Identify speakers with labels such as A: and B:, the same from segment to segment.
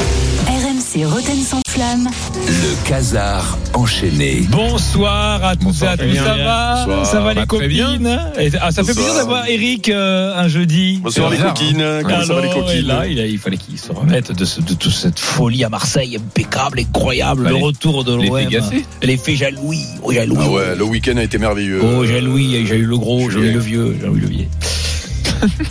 A: RMC Roten sans flamme.
B: le casar enchaîné.
C: Bonsoir à toutes et à tous.
D: Julien.
C: Ça va
D: Bonsoir.
C: Ça va les
D: Bah, très
C: copines Et- ah, Ça fait plaisir d'avoir Eric euh, un jeudi.
D: Bonsoir les coquines, comment ça va les
C: Alors, et
D: coquines
C: hein. là, il, a- il fallait qu'il se remette de, ce- de toute cette folie à Marseille impeccable, incroyable,
D: Bah,
C: le
D: les-
C: retour de
D: les
C: l'OM,
D: faits gassés.
C: l'effet Jalouis, oh Jalouis,
D: Ah ouais, le week-end a été merveilleux.
C: oh Jalouis, j'ai eu le gros, j'ai eu
D: Julien.
C: le vieux, j'ai eu le vieux.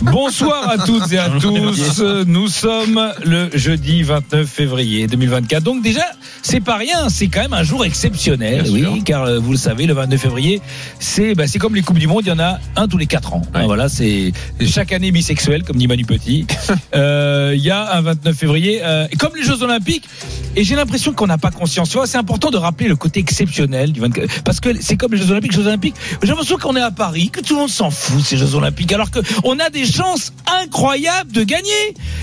C: Bonsoir à toutes et à tous. Nous sommes le jeudi 29 février 2024. Donc déjà, c'est pas rien, c'est quand même un jour exceptionnel,
D: Bien
C: oui,
D: sûr.
C: car euh, vous le savez, le 29 février, c'est bah, c'est comme les coupes du monde, il y en a un tous les quatre ans. Hein, voilà, c'est chaque année bisexuelle, comme dit Manu Petit. Euh, Il y a un 29 février, euh, et comme les Jeux Olympiques. Et j'ai l'impression qu'on n'a pas conscience. Tu vois, c'est important de rappeler le côté exceptionnel du 24, parce que c'est comme les Jeux Olympiques. les Jeux Olympiques, j'ai l'impression qu'on est à Paris, que tout le monde s'en fout de ces Jeux Olympiques, alors que on a des chances incroyables de gagner.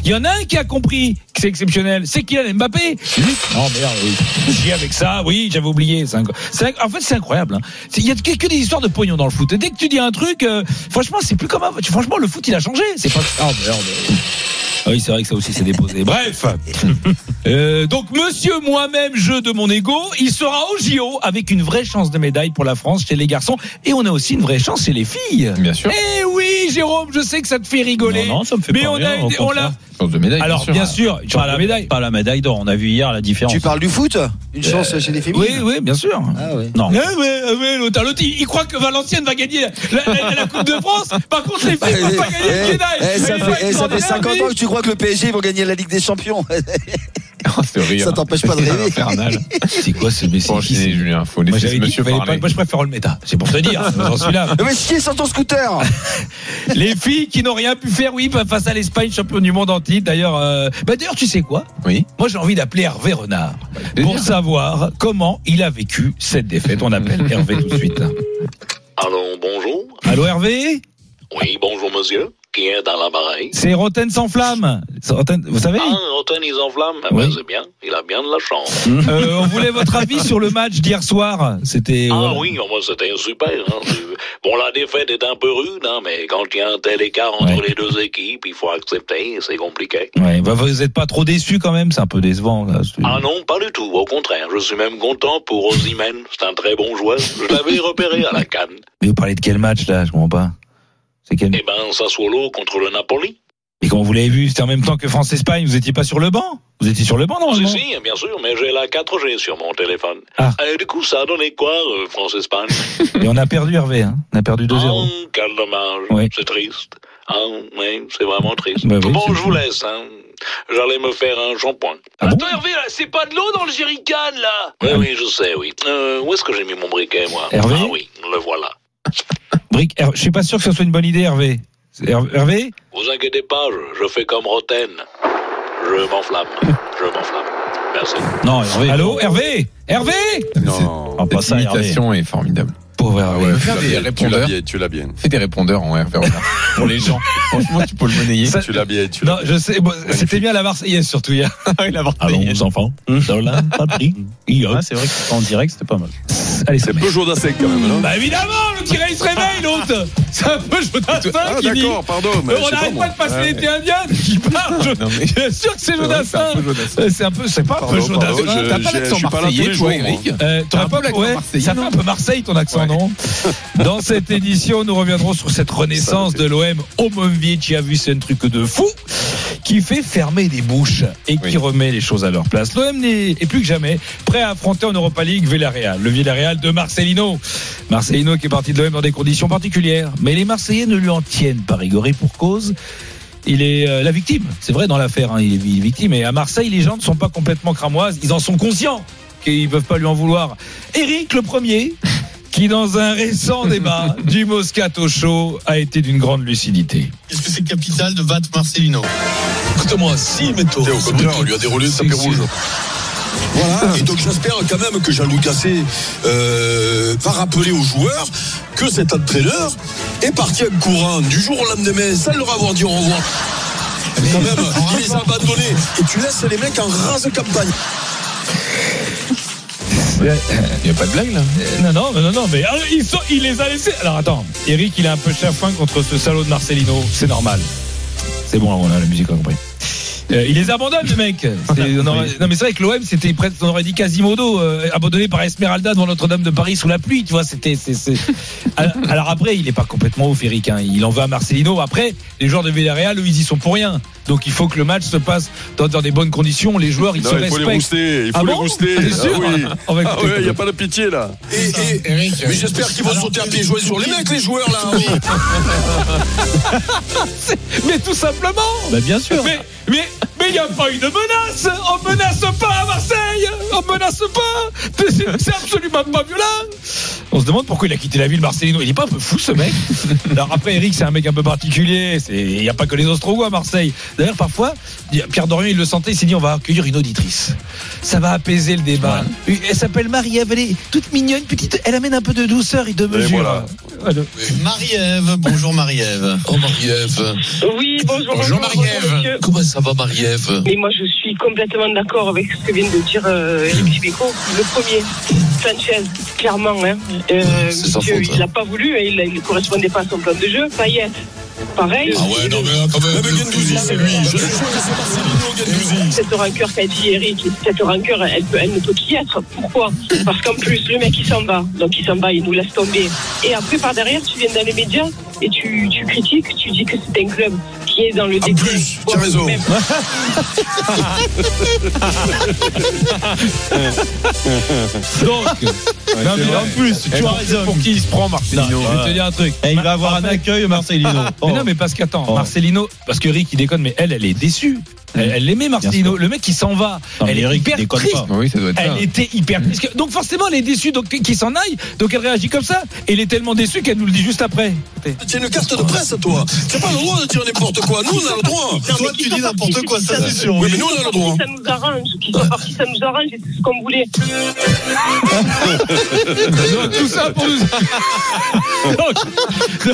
C: Il y en a un qui a compris que c'est exceptionnel, c'est Kylian Mbappé. Lui- Oh merde, oui. J'y ai avec ça, oui, j'avais oublié. c'est inc- c'est inc- En fait, c'est incroyable. hein. C'est- Il y a que, que des histoires de pognon dans le foot. Et dès que tu dis un truc, euh, franchement, c'est plus comme avant. Tu- Franchement, le foot, il a changé. C'est pas. Oh merde. Ah oui, c'est vrai que ça aussi s'est déposé. Bref. Euh, donc, monsieur moi-même, jeu de mon ego, il sera au JO avec une vraie chance de médaille pour la France chez les garçons. Et on a aussi une vraie chance chez les filles.
E: Bien sûr.
C: Eh oui, Jérôme, je sais que ça te fait rigoler.
E: Non, non, ça me fait
C: Mais
E: pas
C: on
E: rien,
C: a
E: au
C: une- on
E: contraire.
C: l'a.
E: Chance de médaille.
C: Alors, bien sûr, tu
E: Pas
C: as la
E: la
C: médaille.
E: médaille, pas la médaille d'or. On a vu hier la différence.
F: Tu parles du foot
E: Ah.
F: Une chance chez les féminines
C: Oui, oui, bien sûr.
F: Ah ouais.
E: Non.
C: Ouais, ouais, eh ouais, l'autre, l'autre, il, il croit que Valenciennes va gagner la, la- la- la Coupe de France. Par contre, les filles ne peuvent pas gagner
F: Eh,
C: de médaille.
F: eh, ça,
C: Mais pas
F: fait, eh, ça fait
C: extraordinaire,
F: 50 ans que tu crois que le PSG vont gagner la Ligue des Champions.
E: Oh, c'est rire.
F: Ça t'empêche pas de rêver.
E: Infernal.
C: C'est quoi ce
E: Faut enchaîner,
C: message
E: Julien. Faut
C: moi,
E: laisser
C: j'avais
E: ce
C: dit qu'il
E: monsieur
C: fallait pas-
E: parler.
C: moi, je préfère le méta. C'est pour te dire, j'en suis là.
F: Mais chier sur ton scooter
C: Les filles qui n'ont rien pu faire, oui, bah, face à l'Espagne, champion du monde en titre. D'ailleurs, euh, bah, d'ailleurs, tu sais quoi
E: Oui.
C: Moi, Ah, j'ai envie d'appeler Hervé Renard
E: bien.
C: pour savoir comment il a vécu cette défaite. On appelle Hervé tout de suite.
G: Allô, bonjour.
C: Allô, Hervé
G: Oui, bonjour, monsieur. Qui est dans l'appareil?
C: C'est Roten sans flamme. C'est Roten- vous savez
G: Ah, Rotten, ils enflamment. Ah, ben,
C: Oui.
G: c'est bien. Il a bien de la chance.
C: Euh, on voulait votre avis sur le match d'hier soir. C'était.
G: Ah
C: voilà.
G: oui, moi, c'était super. hein. Bon, la défaite est un peu rude, hein, mais quand il y a un tel écart entre
C: Ouais.
G: les deux équipes, il faut accepter. C'est compliqué.
C: Ouais, bah, vous n'êtes pas trop déçu quand même, c'est un peu décevant. Là. C'est-
G: Ah non, pas du tout. Au contraire, je suis même content pour Ozymen. C'est un très bon joueur. Je l'avais repéré à la canne.
C: Mais vous parlez de quel match là Je comprends pas. C'est quel...
G: Eh ben, Sassuolo contre le Napoli.
C: Et quand vous l'avez vu, c'était en même temps que France-Espagne, vous étiez pas sur le banc Vous étiez sur le banc Oh, non
G: Si, si, bien sûr, mais j'ai la 4G sur mon téléphone.
C: Ah.
G: Et du coup, ça a donné quoi, euh, France-Espagne
C: Et on a perdu Hervé, hein. on a perdu 2-0.
G: Oh, quel dommage.
C: Ouais.
G: C'est triste. Ah, oui, c'est vraiment triste.
C: Bah oui, c'est
G: bon, je vous
C: vrai.
G: laisse. Hein. J'allais me faire un shampoing.
C: Ah bon
G: Attends, Hervé, là, c'est pas de l'eau dans le jerrycan, là Oui, oui, je sais, oui. Euh, où est-ce que j'ai mis mon briquet, moi
C: Hervé
G: Ah oui, le voilà.
C: Brick, Her- je suis pas sûr que ce soit une bonne idée Hervé. C'est Her- Hervé
G: Vous inquiétez pas, je, je fais comme Roten. Je m'enflamme. je m'enflamme. Merci.
C: Non, Hervé. Allô Hervé Hervé
D: Non.
C: Ah, pas
E: Cette
C: ça, Hervé.
E: imitation est formidable.
C: Pauvre
D: Ah
C: Hervé.
D: ouais,
E: Faire
D: tu
E: des
D: l'as bien, tu l'as
E: répondeurs.
D: bien, tu l'as bien.
E: Fais des répondeurs en RV pour les gens. Franchement, tu peux le monnayer.
C: Ça-
D: Tu l'as bien, tu l'as
C: Non, je sais, bon, c'était bien la Marseillaise surtout hier. Hum.
E: Allons, enfants.
C: Ah,
E: c'est vrai que en direct, c'était pas mal.
C: Allez,
D: C'est
C: ça
D: Peugeot d'Assec quand même, non
C: Bah évidemment, le tiré il se réveille l'autre C'est un peu Jodassin
D: Ah
C: qui dit
D: d'accord, pardon. mais
C: Euh,
D: je
C: On
D: sais
C: n'arrête
D: moi.
C: pas de passer l'été indien qui parle je-
E: Non, mais-
C: Bien sûr que c'est Jodassin Euh, C'est un peu, c'est pas un peu
D: Pardon, pardon,
C: Jodassin
D: je-
E: T'as pas
D: je-
E: l'accent
D: je suis pas là tous
E: marseillais,
D: les
E: toi,
D: jours, moi.
E: Eric
C: Euh, t'aurais
E: T'as un
C: pas
E: peu l'accent
C: ouais,
E: marseillais,
C: ça fait un
E: non
C: peu Marseille ton accent,
E: Ouais.
C: non Dans cette édition, nous reviendrons sur cette renaissance
D: Ça,
C: de
D: c'est-
C: l'OM. Omovic y a vu, c'est un truc de fou qui fait fermer des bouches et qui
E: Oui.
C: remet les choses à leur place. L'OM n'est- est plus que jamais prêt à affronter en Europa League Villarreal, le Villarreal de Marcelino. Marcelino qui est parti de l'OM dans des conditions particulières, mais les Marseillais ne lui en tiennent pas rigoré pour cause. Il est euh, la victime, c'est vrai dans l'affaire, hein, il est vi- victime. Et à Marseille, les gens ne sont pas complètement cramoises, ils en sont conscients qu'ils ne peuvent pas lui en vouloir. Eric, le premier, qui, dans un récent débat du Moscato Show, a été d'une grande lucidité.
E: Est-ce que c'est capital de battre Marcelino Écoute-moi, si, mais toi.
D: Au contraire, on lui a déroulé le
C: C'est-
D: tapis
C: c'est-
D: rouge. Ah.
H: Voilà. Et donc j'espère quand même que Jean-Louis Gasset euh, va rappeler aux joueurs que cet entraîneur est parti en courant du jour au lendemain sans leur avoir dit au revoir. Mais quand même, il les a abandonnés. Et tu laisses les mecs en rase campagne.
E: Il n'y a pas de blague, là
C: Non, non, non, non, non, mais alors, ils sont- il les a laissés. Alors attends, Eric, il est un peu chafouin contre ce salaud de Marcelino. C'est normal. C'est bon, on a la musique, on a compris. Euh, il les abandonne, le mec. C'est- on aurait- non, mais c'est vrai que l'OM, c'était presque, on aurait dit Quasimodo, euh, abandonné par Esmeralda devant Notre-Dame de Paris sous la pluie, tu vois. C'était, c'est, c'est- Alors, alors après, il n'est pas complètement ouf, Eric. hein. Il en va à Marcelino. Après, les joueurs de Villarreal, eux, ils y sont pour rien. Donc il faut que le match se passe dans, dans des bonnes conditions. Les joueurs, ils
D: Non,
C: se
D: il faut les
C: respectent.
D: rouster, il faut
C: Ah
D: les
C: bon
D: rouster.
C: T'es sûr
D: Ah oui.
C: On va
D: Ah
C: écouter.
D: ouais, il n'y a pas de pitié là.
H: Et, et-
E: Eric,
H: mais j'espère qu'ils vont sauter à pieds joints sur les mecs, les joueurs là.
C: Mais tout simplement
F: Bah, bien sûr.
C: Mais mais mais il n'y a pas une menace On menace pas à Marseille On menace pas C'est c'est absolument pas violent On se demande pourquoi il a quitté la ville Marcelino. Il est pas un peu fou ce mec Alors après Eric c'est un mec un peu particulier, C'est- il n'y a pas que les Ostrogoths à Marseille. D'ailleurs parfois Pierre Dorian il le sentait, il s'est dit on va accueillir une auditrice. Ça va apaiser le débat. Elle s'appelle Marie-Ève, elle est toute mignonne, petite, elle amène un peu de douceur et de mesure.
D: voilà.
C: Voilà.
E: Marie-Ève, bonjour Marie-Ève.
H: Oh Marie-Ève.
I: Oui, bonjour.
E: Bonjour Marie-Ève.
I: monsieur.
H: Comment ça va Marie-Ève
I: Mais moi, je suis complètement d'accord avec ce que vient de dire euh, Eric Chibico. Le premier, Sanchez, clairement. Hein, euh,
H: C'est sans
I: monsieur,
H: faute, hein.
I: il l'a pas voulu, hein, il il ne correspondait pas à son plan de jeu. Payet, pareil.
H: Ah mais quand même. le fusil, c'est lui. Je suis sûr que c'est Marcelino Gendouzi.
I: Cette rancœur qu'a dit Eric, cette rancœur, elle, peut, elle ne peut qu'y être. Pourquoi Parce qu'en plus, le mec, il s'en va. Donc, il s'en va, il nous laisse tomber. Et après, par derrière, tu viens dans les médias et tu, tu critiques, tu dis que c'est un club qui est dans le
H: En plus, tu as raison.
I: Même
C: Donc, non, mais en plus, tu vois pour qui il se prend Marcelino.
E: Non,
C: je vais te dire un truc. il va avoir un accueil Marcelino. Oh. Mais non, mais parce qu'attends, Marcelino, parce que Rick il déconne, mais elle, elle est déçue. Elle, elle l'aimait Marcelino. Le mec qui s'en va, elle est hyper triste.
E: Oui, ça doit être ça.
C: Elle était hyper triste. Donc forcément, elle est déçue donc qu'il s'en aille. Donc elle réagit comme ça. Et elle est tellement déçue qu'elle nous le dit juste après.
H: T'as une carte de presse, toi. T'as pas le droit de dire n'importe quoi. Nous, on a le droit.
I: Non, mais qui sont partis, qui sont-
H: Oui, mais nous, on a le
I: qui sont
H: droit.
I: partis, Ça nous arrange. Qui sont partis, ça nous arrange. et C'est ce qu'on voulait.
C: Donc, tout ça pour nous. donc,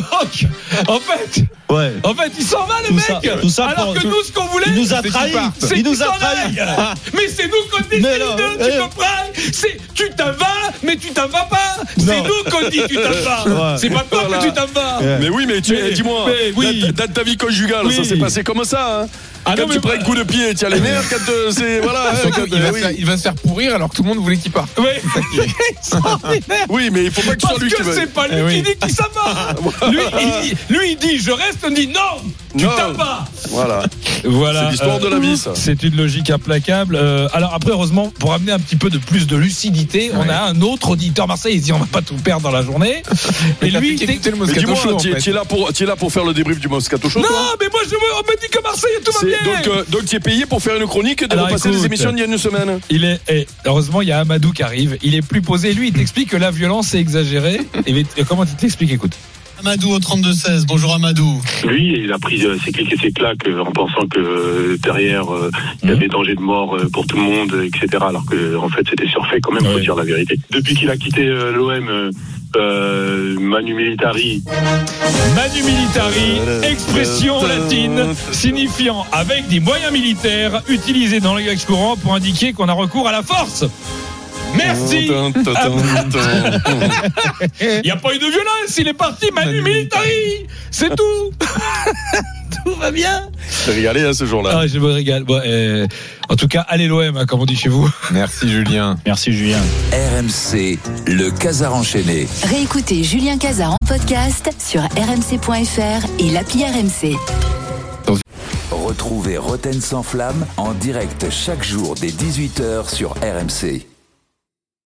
C: donc, en fait,
F: Ouais.
C: en fait, il s'en va le
F: Tout
C: mec.
F: ça- tout ça
C: alors
F: pour-
C: que
F: tout-
C: nous, ce qu'on voulait,
F: il nous a
C: c'est qu'il
F: trahis.
C: parte.
F: Il
C: C'est qu'il
F: nous a
C: s'en
F: trahis.
C: aille. Mais c'est nous qu'on dit
F: Mais
C: c'est
F: non,
C: les deux, tu
F: eh.
C: comprends C'est tu t'en vas, mais tu t'en vas pas. C'est
F: Non.
C: nous qu'on dit tu t'en vas.
F: Ouais.
C: C'est pas toi que tu t'en vas.
F: Ouais.
D: Mais oui, mais, tu-
C: Mais-
D: dis-moi,
C: mais oui.
D: date, date ta vie conjugale,
C: Oui.
D: ça s'est passé comme ça. Hein.
C: Ah
D: quand
C: non, mais
D: tu prends
C: voilà.
D: un coup de pied, tu as les nerfs. Quand euh, c'est voilà. hein, quand,
E: Il
D: euh,
E: va,
D: oui.
E: se faire, il va se faire pourrir alors que tout le monde voulait qu'il parte.
C: Ouais. C'est extraordinaire.
D: Oui, mais il faut pas que ce
C: Parce
D: soit lui qui
C: que
D: va.
C: c'est pas lui
E: Eh oui.
C: qui dit qu'il s'en va. lui, il dit, lui, il dit, je reste, on dit non, tu
D: Non.
C: t'en vas.
D: Voilà.
C: Voilà. euh,
D: C'est l'histoire de la vie, ça.
C: C'est une logique implacable. Euh, alors après, heureusement, pour amener un petit peu de plus de lucidité, on
E: Ouais.
C: a un autre auditeur Marseille. Il se dit on va pas tout perdre dans la journée. Et lui, il dit-
E: le
D: Mais
E: Moscato
D: dis-moi,
E: Show, en
D: tu es,
E: fait.
D: tu es là pour, tu es là pour faire le débrief du Moscato Show.
C: non,
D: toi
C: mais moi je veux. On me dit que Marseille tout va
D: C'est-
C: bien.
D: donc, euh, donc tu es payé pour faire une chronique et de
C: Alors,
D: repasser
C: écoute.
D: les émissions d'il y a une semaine.
C: Il est. eh, heureusement, il y a Amadou qui arrive. Il est plus posé. Lui, il t'explique que la violence est exagérée. Et mais- et comment il t'explique Écoute.
E: Amadou au 32-16. Bonjour Amadou.
G: Lui, il a pris euh, ses clics et ses claques euh, en pensant que euh, derrière, euh, il y avait danger de mort euh, pour tout le monde, euh, etc. Alors que, en fait, c'était surfait quand même, faut
C: Ouais.
G: dire la vérité. Depuis qu'il a quitté euh, l'OM, euh, euh, Manu Militari,
C: Manu militari, expression latine signifiant avec des moyens militaires utilisés dans le langage courant pour indiquer qu'on a recours à la force. Merci. Il n'y a pas eu de violence, il est parti, Manu Militari C'est tout Tout va bien
D: T'es régalé à hein, ce jour-là.
C: ah, Je me régale. Bon, euh, en tout cas, allez l'OM, hein, comme on dit chez vous.
E: Merci Julien.
C: Merci Julien.
B: RMC, le Casar enchaîné.
A: Réécoutez Julien Cazard en podcast sur rmc.fr et l'appli RMC.
B: Retrouvez Roten sans flamme en direct chaque jour dès 18h sur RMC.